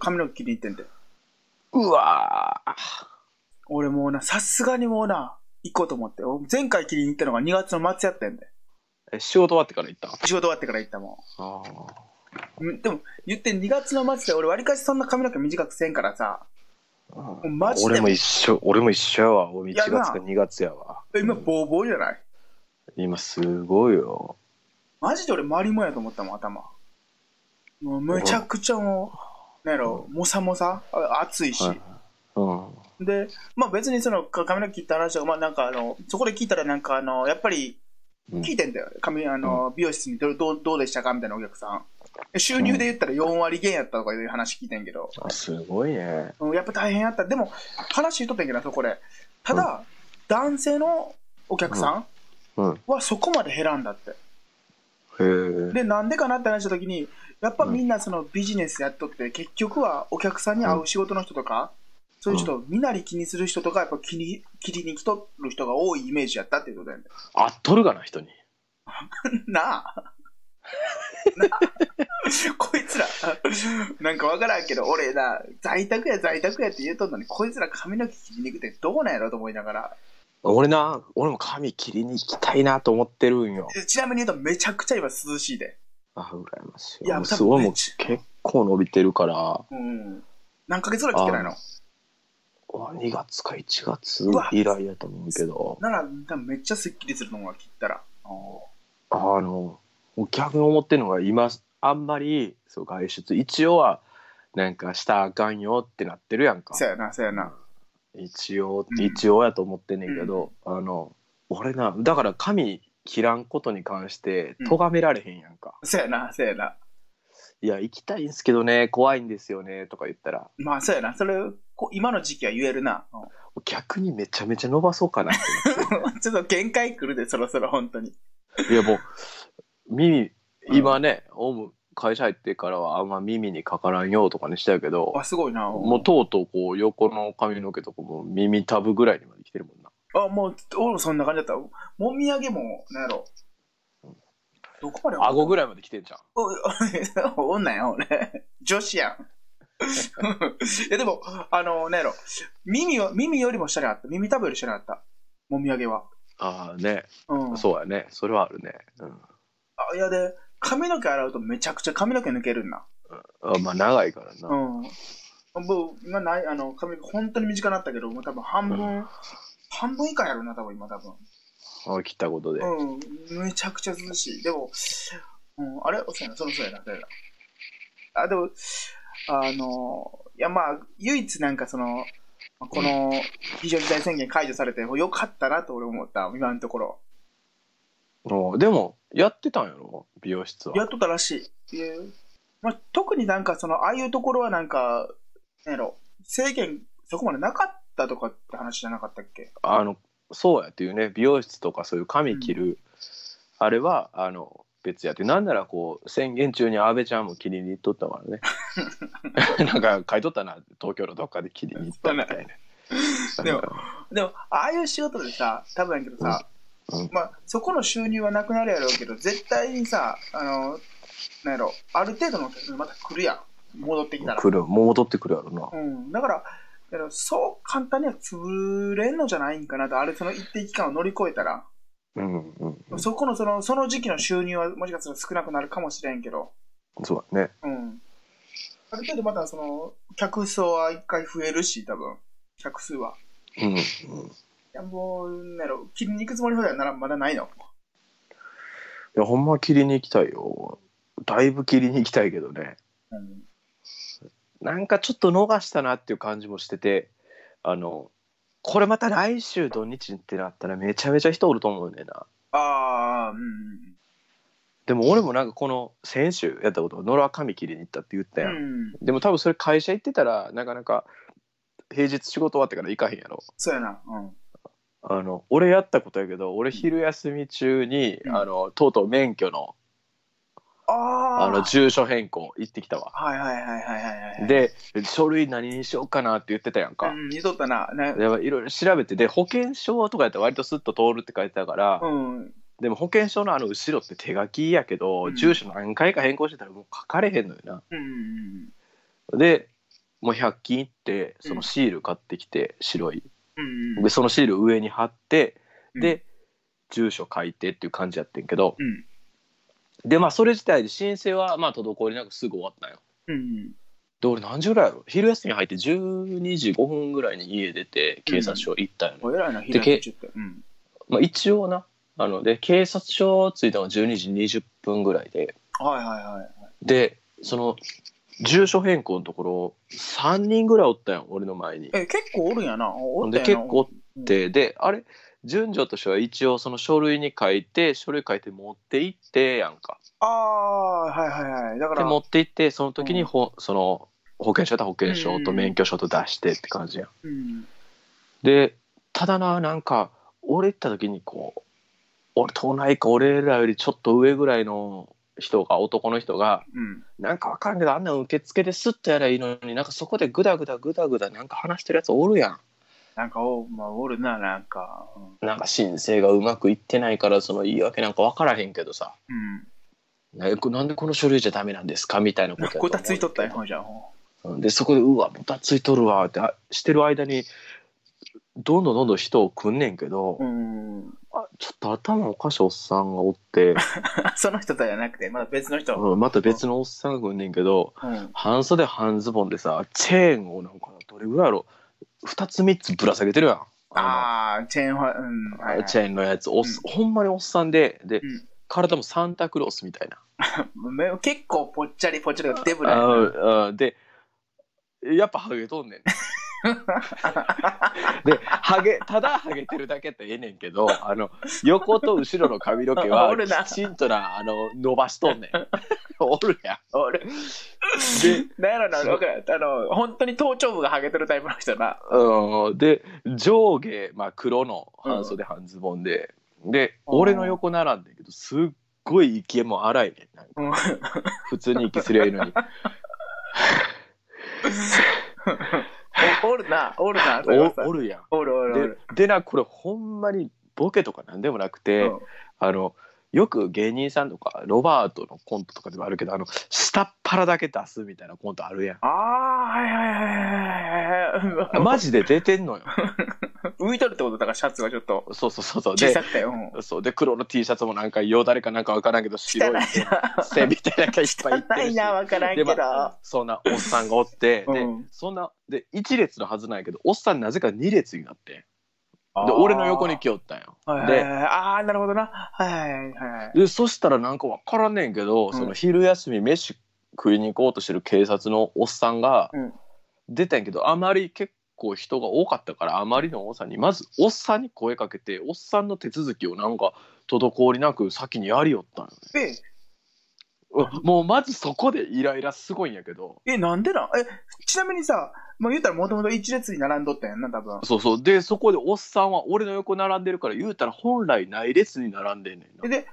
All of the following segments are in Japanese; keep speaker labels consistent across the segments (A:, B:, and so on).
A: 髪の毛切りに行ってんて。
B: うわー
A: 俺もうな、さすがにもうな、行こうと思って。俺前回切りに行ったのが2月の末やってんで。
B: え仕事終わってから行った
A: 仕事終わってから行ったもん。
B: あ
A: うんでも、言って2月の末で俺わりかしそんな髪の毛短くせんからさ、
B: ー
A: うマジで
B: 俺も一緒俺も一緒やわ俺1
A: いや
B: 月
A: な
B: か2月やわ
A: 今
B: うん
A: ボーボーじゃない
B: 今すごいよ
A: マジで俺マリモやと思ったもん、頭。もうめちゃくちゃもう、なんやろ、もさもさ、あ暑いし。
B: はいうん
A: で、まあ別にそのか髪の毛切った話は、まあなんかあの、そこで聞いたらなんかあの、やっぱり
B: うん
A: 聞いてんだよ。髪、あの、美容室にどどうどうでしたかみたいなお客さん。で収入で言ったら4割減やったとかいう話聞いてんけど、
B: あすごいね
A: うんやっぱ大変やった。でも、話言っとったんやけどな、そこで。ただ、男性のお客さ
B: うんうん
A: んはそこまで減らんだって。
B: へえ
A: で、なんでかなって話した時に、やっぱみんなそのビジネスやっとって、結局はお客さんに会う仕事の人とか、そういうちょっと身なり気にする人とか、やっぱ切り切りに来とる人が多いイメージやったっていうことやね。
B: あっとるがな人に
A: なあなあこいつら、なんかわからんけど、俺な、在宅や在宅やって言うとんのに、こいつら髪の毛切りにくくてどうなんやろと思いながら、
B: 俺な俺も髪切りに行きたいなと思ってるんよ
A: でちなみに言うとめちゃくちゃ今涼しいで。
B: あ羨ましい
A: いや
B: もうすごいも
A: 多分
B: う結構伸びてるから
A: うん。何ヶ月ぐらい来てないの
B: 2月か1月
A: うわ
B: 以来やと思うけど
A: なら、多分めっちゃスッキリすると思うわ、切ったら。
B: あの逆に思ってるのが今あんまりそう外出一応はなんかしたらあかんよってなってるやんか
A: そうやな、そうやな。
B: 一応って
A: うん
B: 一応やと思ってんねんけど、あの俺なだから髪切らんことに関して
A: うん
B: 咎められへんやんか、
A: そうやな、そうやな。
B: いや行きたいんすけどね怖いんですよねとか言ったら
A: まあ、そうやな。それ、こ今の時期は言えるな。うん
B: 逆にめちゃめちゃ伸ばそうかなって
A: ちょっと限界来るで、そろそろ、本当に。
B: いやもう耳
A: うん
B: 今ね、オウム会社入ってからはあんま耳にかからんようとかにしたけど
A: あ、すごいな。うん
B: もうとうとうこう横の髪の毛とかも耳たぶぐらいにまで来てるもんな
A: あ、もう、俺もそんな感じだった。もみあげも、なんやろ。どこまで
B: 顎ぐ
A: らい。
B: らいまで来てんじゃん
A: おお おんなんや、俺。女子やん。 いや、でも、あの、なんやろ。耳は、耳よりも下にあった。耳たぶより下にあった。もみあげは。
B: ああね、
A: うん。
B: そうやねそれはあるね、うん、
A: あいや、で、髪の毛洗うとめちゃくちゃ髪の毛抜けるんな。
B: あまあ長いからな、
A: うん。もう、今ない、あの、髪、本当に短くなったけど、もう多分半分、半分以下やろうな、多分今、多分。
B: あ切ったことで、
A: うん、めちゃくちゃ涼しい。でも、うん、あれそうやな、そろそろやな、そうやな。あ、でも、あの、いや、まあ、唯一なんかその、この、非常事態宣言解除されて、よかったなと俺思った、今のところ。
B: うんでもやってたんやろ美容室は
A: やっとったらしい。でまあ、特になんかその、ああいうところはなんか、なんやろ、制限、そこまでなかったとかって話じゃなかったっけ
B: あのそうやっていうね美容室とかそういう髪切る、あれはあの別やってなんならこう宣言中に安倍ちゃんも切りに行っとった からねなんか買いとったな東京のどっかで切りに行ったみたいな
A: でもでも、ああいう仕事でさ、多分やけどさ、
B: うんうん
A: まあ、そこの収入はなくなるやろうけど、絶対にさ、あの、なんやろ、ある程度のお客さんまた来るやん。戻ってきたら。
B: 来るもう戻ってくるやろな
A: うん。だから、だからそう簡単には潰れんのじゃないんかなと、あれその一定期間を乗り越えたら、
B: うんうん、うん、
A: そこのその、その時期の収入はもしかしたら少なくなるかもしれんけど、
B: そうだね
A: うん。ある程度またその、客層は一回増えるし、多分。客数は。
B: うん、うん、い
A: いや、もう、なんやろ、切りに行くつもりほどやならまだないの。
B: やほんま切りに行きたいよだいぶ切りに行きたいけどね
A: うん。
B: なんかちょっと逃したなっていう感じもしててあのこれまた来週土日ってなったらめちゃめちゃ人おると思うねんな
A: ああ、うん。
B: でも俺もなんかこの先週やったこと野良髪切りに行ったって言ったやん、
A: うん。
B: でも多分それ会社行ってたらなかなか平日仕事終わってから行かへんやろ
A: そうやな。うん。
B: あの俺やったことやけど俺昼休み中に、
A: うん
B: あのとうとう免許の
A: ああ。
B: あの住所変更行ってきたわ
A: はいはいはいはいはいはい。、
B: で書類何にしようかなって言ってたやんか、
A: うん、言うとったな。ね、
B: やっぱいろいろ調べてで保険証とかやったら割とスッと通るって書いてたから、
A: うん。
B: でも保険証のあの後ろって手書きやけど、
A: うん
B: 住所何回か変更してたらもう書かれへんのよな
A: うん。
B: でもう100均行ってそのシール買ってきて、白い
A: うん。
B: でそのシール上に貼って
A: うん
B: で、住所書いてっていう感じやってんけど
A: うん。
B: でまあそれ自体で申請はまあ滞りなくすぐ終わったんよ
A: うん。
B: で俺何時ぐらいやろ昼休み入って12時5分ぐらいに家出て警察署行ったよね、
A: お偉いな、平野ちょっと。うん。
B: まあ、一応なあので警察署着いたのが12時20分ぐらいで
A: はいはいはい。
B: でその住所変更のところ3人ぐらいおったやん俺の前に。
A: え、結構おるんやな。おった
B: で
A: やな
B: 結構おってであれ順序としては一応その書類に書いて書類書いて持って行ってやんか。
A: ああ、はいはいはい。だか
B: で
A: ら、
B: 持って行ってその時に
A: うん
B: ほ、その保険証やったら保険証
A: うんう
B: と
A: ん
B: 免許証と出してって感じやん。
A: うん。
B: でただななんか俺行った時にこう俺都内か俺らよりちょっと上ぐらいの人が男の人が
A: うん。
B: なんかわかんないけどあんなん受付ですっとやりゃいいのになんかそこでグダグダグダグダなんか話してるやつおるや
A: なんか、お、まあ、おるな、なんか。
B: んなんか申請がうまくいってないからその言い訳なんかわからへんけどさ
A: うん。
B: ななんでこの書類じゃダメなんですかみたいなことやと思
A: ご
B: う
A: たついとったやん、ほんじゃん。
B: うんでそこでうわもたついとるわってあしてる間にどんどんどんどん人をくんねんけど、
A: うん。
B: あちょっと頭おかしいおっさんがお って
A: その人とじゃなくて、まだ別の人。
B: うん、また別のおっさんが来んねんけど
A: うん。
B: 半袖半ズボンでさチェーンをなんかどれぐらいやろ2つ3つぶら下げてるやんあ
A: ああ、チェーンは、うん。
B: の
A: はいはい
B: チェーンのやつおっす、ほんまにおっさんでで、
A: うん
B: 体もサンタクロースみたいな、
A: め結構ぽっちゃりぽっちゃりがデブ
B: あ
A: だよ。
B: あでやっぱハゲと んねんでハゲただハゲてるだけってええねんけどあの横と後ろの髪の毛は
A: おるな
B: きちんとなあの伸ばしと んねんおるやん
A: 俺、
B: で
A: なんやろな、
B: そう
A: わかる。あの、本当に頭頂部がハゲてるタイプの人な。
B: うん、で上下、まあ、黒の半袖半ズボンで、で
A: あー
B: 俺の横並んだけどすっごい息も荒いねなんか
A: うん。
B: 普通に息すりゃいい のに
A: おおるな、おるな、それはさ
B: おおるやん
A: おるおるお
B: で
A: る。
B: でなこれほんまにボケとかなんでもなくて、
A: うん
B: あのよく芸人さんとかロバートのコントとかでもあるけどあの下っ腹だけ出すみたいなコントあるやん
A: ああ、はいはいはいはいはいは
B: あ
A: い。
B: マジで出て んのよ
A: 浮いとるってことだから、シャツがちょっと
B: そうそうそうそう
A: 小
B: で
A: さくて。うん。
B: そうで黒の T シャツもなんかよだれかなんかわからんけど白
A: 汚い
B: い
A: な。
B: 背みたいなのがいっぱいいって
A: 汚
B: る
A: い
B: し
A: な、わからんけ
B: で
A: ど。
B: まあ、そんなおっさんがおって、
A: うん
B: でそんなで1列のはずなんやけどおっさんなぜか2列になって
A: あ
B: で
A: ー
B: 俺の横に来よったんよ。
A: はいはいはいはいああ、なるほどな。はいはいはいはい。
B: でそしたらなんか分からんねんけど、
A: ん
B: その昼休み飯食いに行こうとしてる警察のおっさんが
A: うん
B: 出たんやけどあまり結構人が多かったからあまりの多さにまずおっさんに声かけておっさんの手続きをなんか滞りなく先にやりよったんよね。
A: で、
B: うんもうまずそこでイライラすごいんやけど。
A: え、なんでなんえ、ちなみにさ、まあ言うたらもともと一列に並んどったんやんな、多分。
B: そうそうでそこでおっさんは俺の横並んでるから言うたら本来ない列に並んでんね
A: え
B: んな
A: で、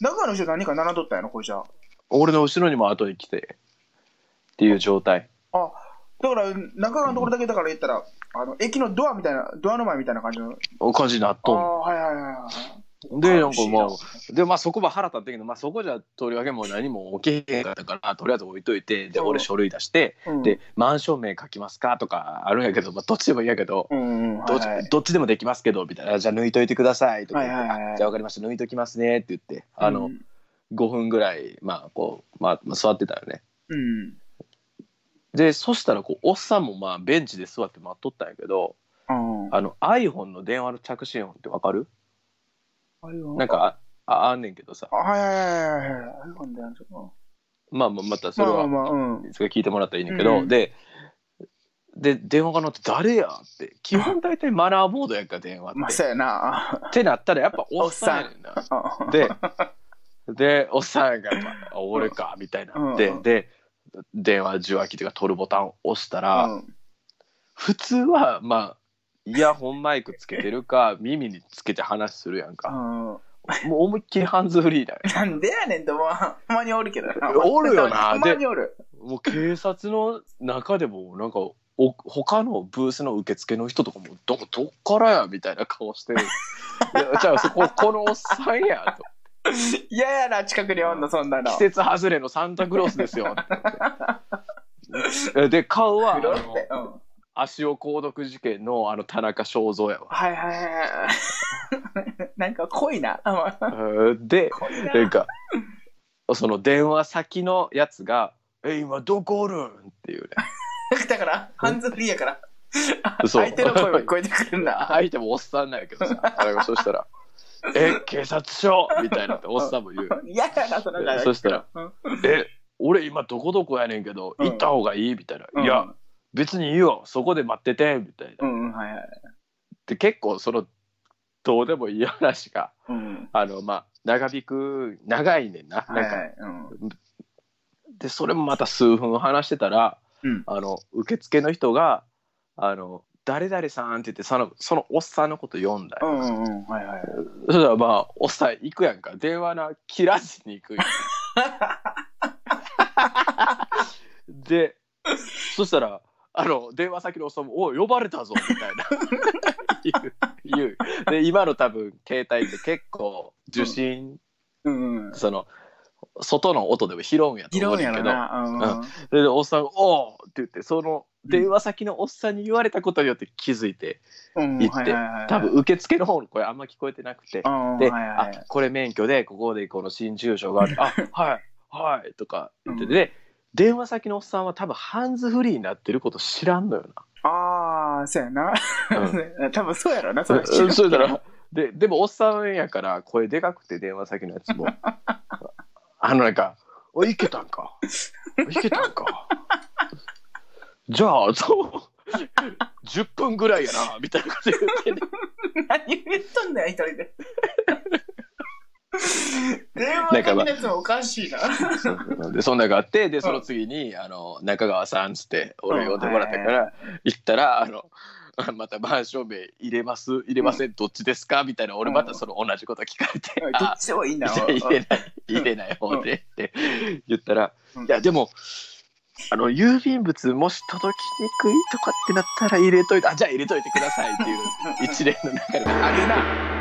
A: 中の人何人か並んどったんやろ、これじゃ。
B: 俺の後ろにも後に来てっていう状態
A: だから、中川のところだけだから言ったら、あの、駅のドアみたいな、ドアの前みたいな感じの。
B: お感じに
A: あ
B: なっ
A: あ、
B: と
A: はいはいはいはい。
B: んでなん
A: おし
B: か
A: い
B: まあでまあそこは腹立ってんけど、まあ、そこじゃとりわけもう何も起きへんかったからとりあえず置いといてで
A: うん
B: 俺書類出して、
A: うん、
B: でマンション名書きますかとかあるんやけど、まあ、どっちでもいいんやけど。
A: うん、うん、は
B: どっ
A: い
B: ち
A: はい
B: どっちでもできますけどみたいな「じゃあ抜いといてください」とか言って
A: はいはいはい
B: あじゃあ分かりました抜いときますね」って言ってあの、
A: うん
B: 5分ぐらい、まあこうまあ、まあ座ってたよね
A: うん。
B: でそしたらこうおっさんもまあベンチで座って待っとったんやけど
A: うん。
B: あの iPhone の電話の着信音ってわかるな
A: か、
B: んかあああんねんけどさ
A: あはいはいはいはいはい。iPhone でやるの
B: まあまあまたそ
A: ま
B: れ
A: あまあ
B: は
A: まあ、うん。
B: それ聞いてもらったらいいねんだけ
A: うん
B: ど、
A: うん
B: でで電話が鳴って誰や って基本大体マナーボードやんか電話って、
A: まあ、そうやな。
B: ってなったらやっぱおっさんやねんな
A: あ
B: ででおっさんがやっぱあ俺かみたいになって、
A: うん
B: で電話受話器とか取るボタンを押したら、
A: うん
B: 普通はまあイヤホンマイクつけてるか耳につけて話するやんか
A: うん。
B: もう思いっきりハンズフリーだよ
A: なんでやねんと、まあ、ほんまにおるけどな。
B: おるよな
A: ほんまにおる。
B: もう警察の中でもなんかお他のブースの受付の人とかもどどっからやみたいな顔して るいやじゃあそここのおっさんやと
A: 嫌やな、近くにおんの、そんなの。
B: 季節外れのサンタクロースですよってえで顔はあ
A: 黒っ
B: の
A: て。うん。
B: 足尾鉱毒事件のあの田中正造やわ
A: はいはいはいはい。なんか濃いな。
B: えーで
A: 濃い
B: なん
A: な。
B: かその電話先のやつが「え今どこおるん?」っていうね
A: だから、ハンズフリーやから。
B: そう
A: 相手の声も聞こえてくるんだ。
B: 相手もおっさんなんやけどさ あれがそしたら「え警察署!」みたいなっておっさんも言う
A: 嫌やな、その
B: え
A: 感
B: そ
A: じ。
B: したら
A: うん
B: 「え俺今どこどこやねんけど
A: うん
B: 行った方がいい?」みたいな「
A: うん
B: いや別にいいよそこで待ってて」みたいな
A: うんうん、はいはい。
B: で結構そのどうでもいい話が
A: うん。
B: あのまあ長引く長いねんな
A: は
B: ないんか
A: はい。うん
B: でそれもまた数分話してたら、
A: うん
B: あの受付の人が「あの誰々さん」って言ってそのそのおっさんのこと読んだ
A: う
B: よ、
A: んうんうん、はいはい。
B: そしたらまあおっさん行くやんか電話な切らずに行くんよでそしたらあの電話先のおっさんも「おい呼ばれたぞ」みたいな 言う言うで今の多分携帯って結構受信、
A: うんうん。
B: その外の音でも拾うんやと
A: 議
B: 思う
A: 論
B: ねん
A: や
B: け
A: ろ
B: ど
A: な。
B: それでおっさんが「おお!」って言ってその電話先のおっさんに言われたことによって気づいて、
A: うん。
B: 行って多分受付の方の声あんま聞こえてなくて、
A: 分
B: で、
A: はいはいはい
B: あこれ免許でここでこの新住所があるあはいはい」とか言っ
A: う
B: てて、
A: ん
B: で電話先のおっさんは多分ハンズフリーになってること知らんのよ
A: ああ、そうやな。
B: な。うん
A: 多分そうやろな、 そ
B: そ
A: れ。
B: うそうだなででもおっさんやから声でかくて電話先のやつもあのなんか「おいいけたんかいけたんかじゃあそう10分ぐらいやな」みたいなこと言ってね
A: 何言っとんねん、一人で。電話かけのやつもおかしいな。
B: そうでそんなんがあってでその次にあの中川さんっつって俺呼んでもらったから行ったらあの。 またマンション名入れます入れません、どっちですかみたいな俺またその同じこと聞かれて、
A: ど
B: あ
A: っちでもいいな。
B: 入れない入れない方でって言ったら「
A: うん
B: いやでもあの郵便物もし届きにくいとかってなったら入れといてあじゃあ入れといてください」っていう一連の中であるな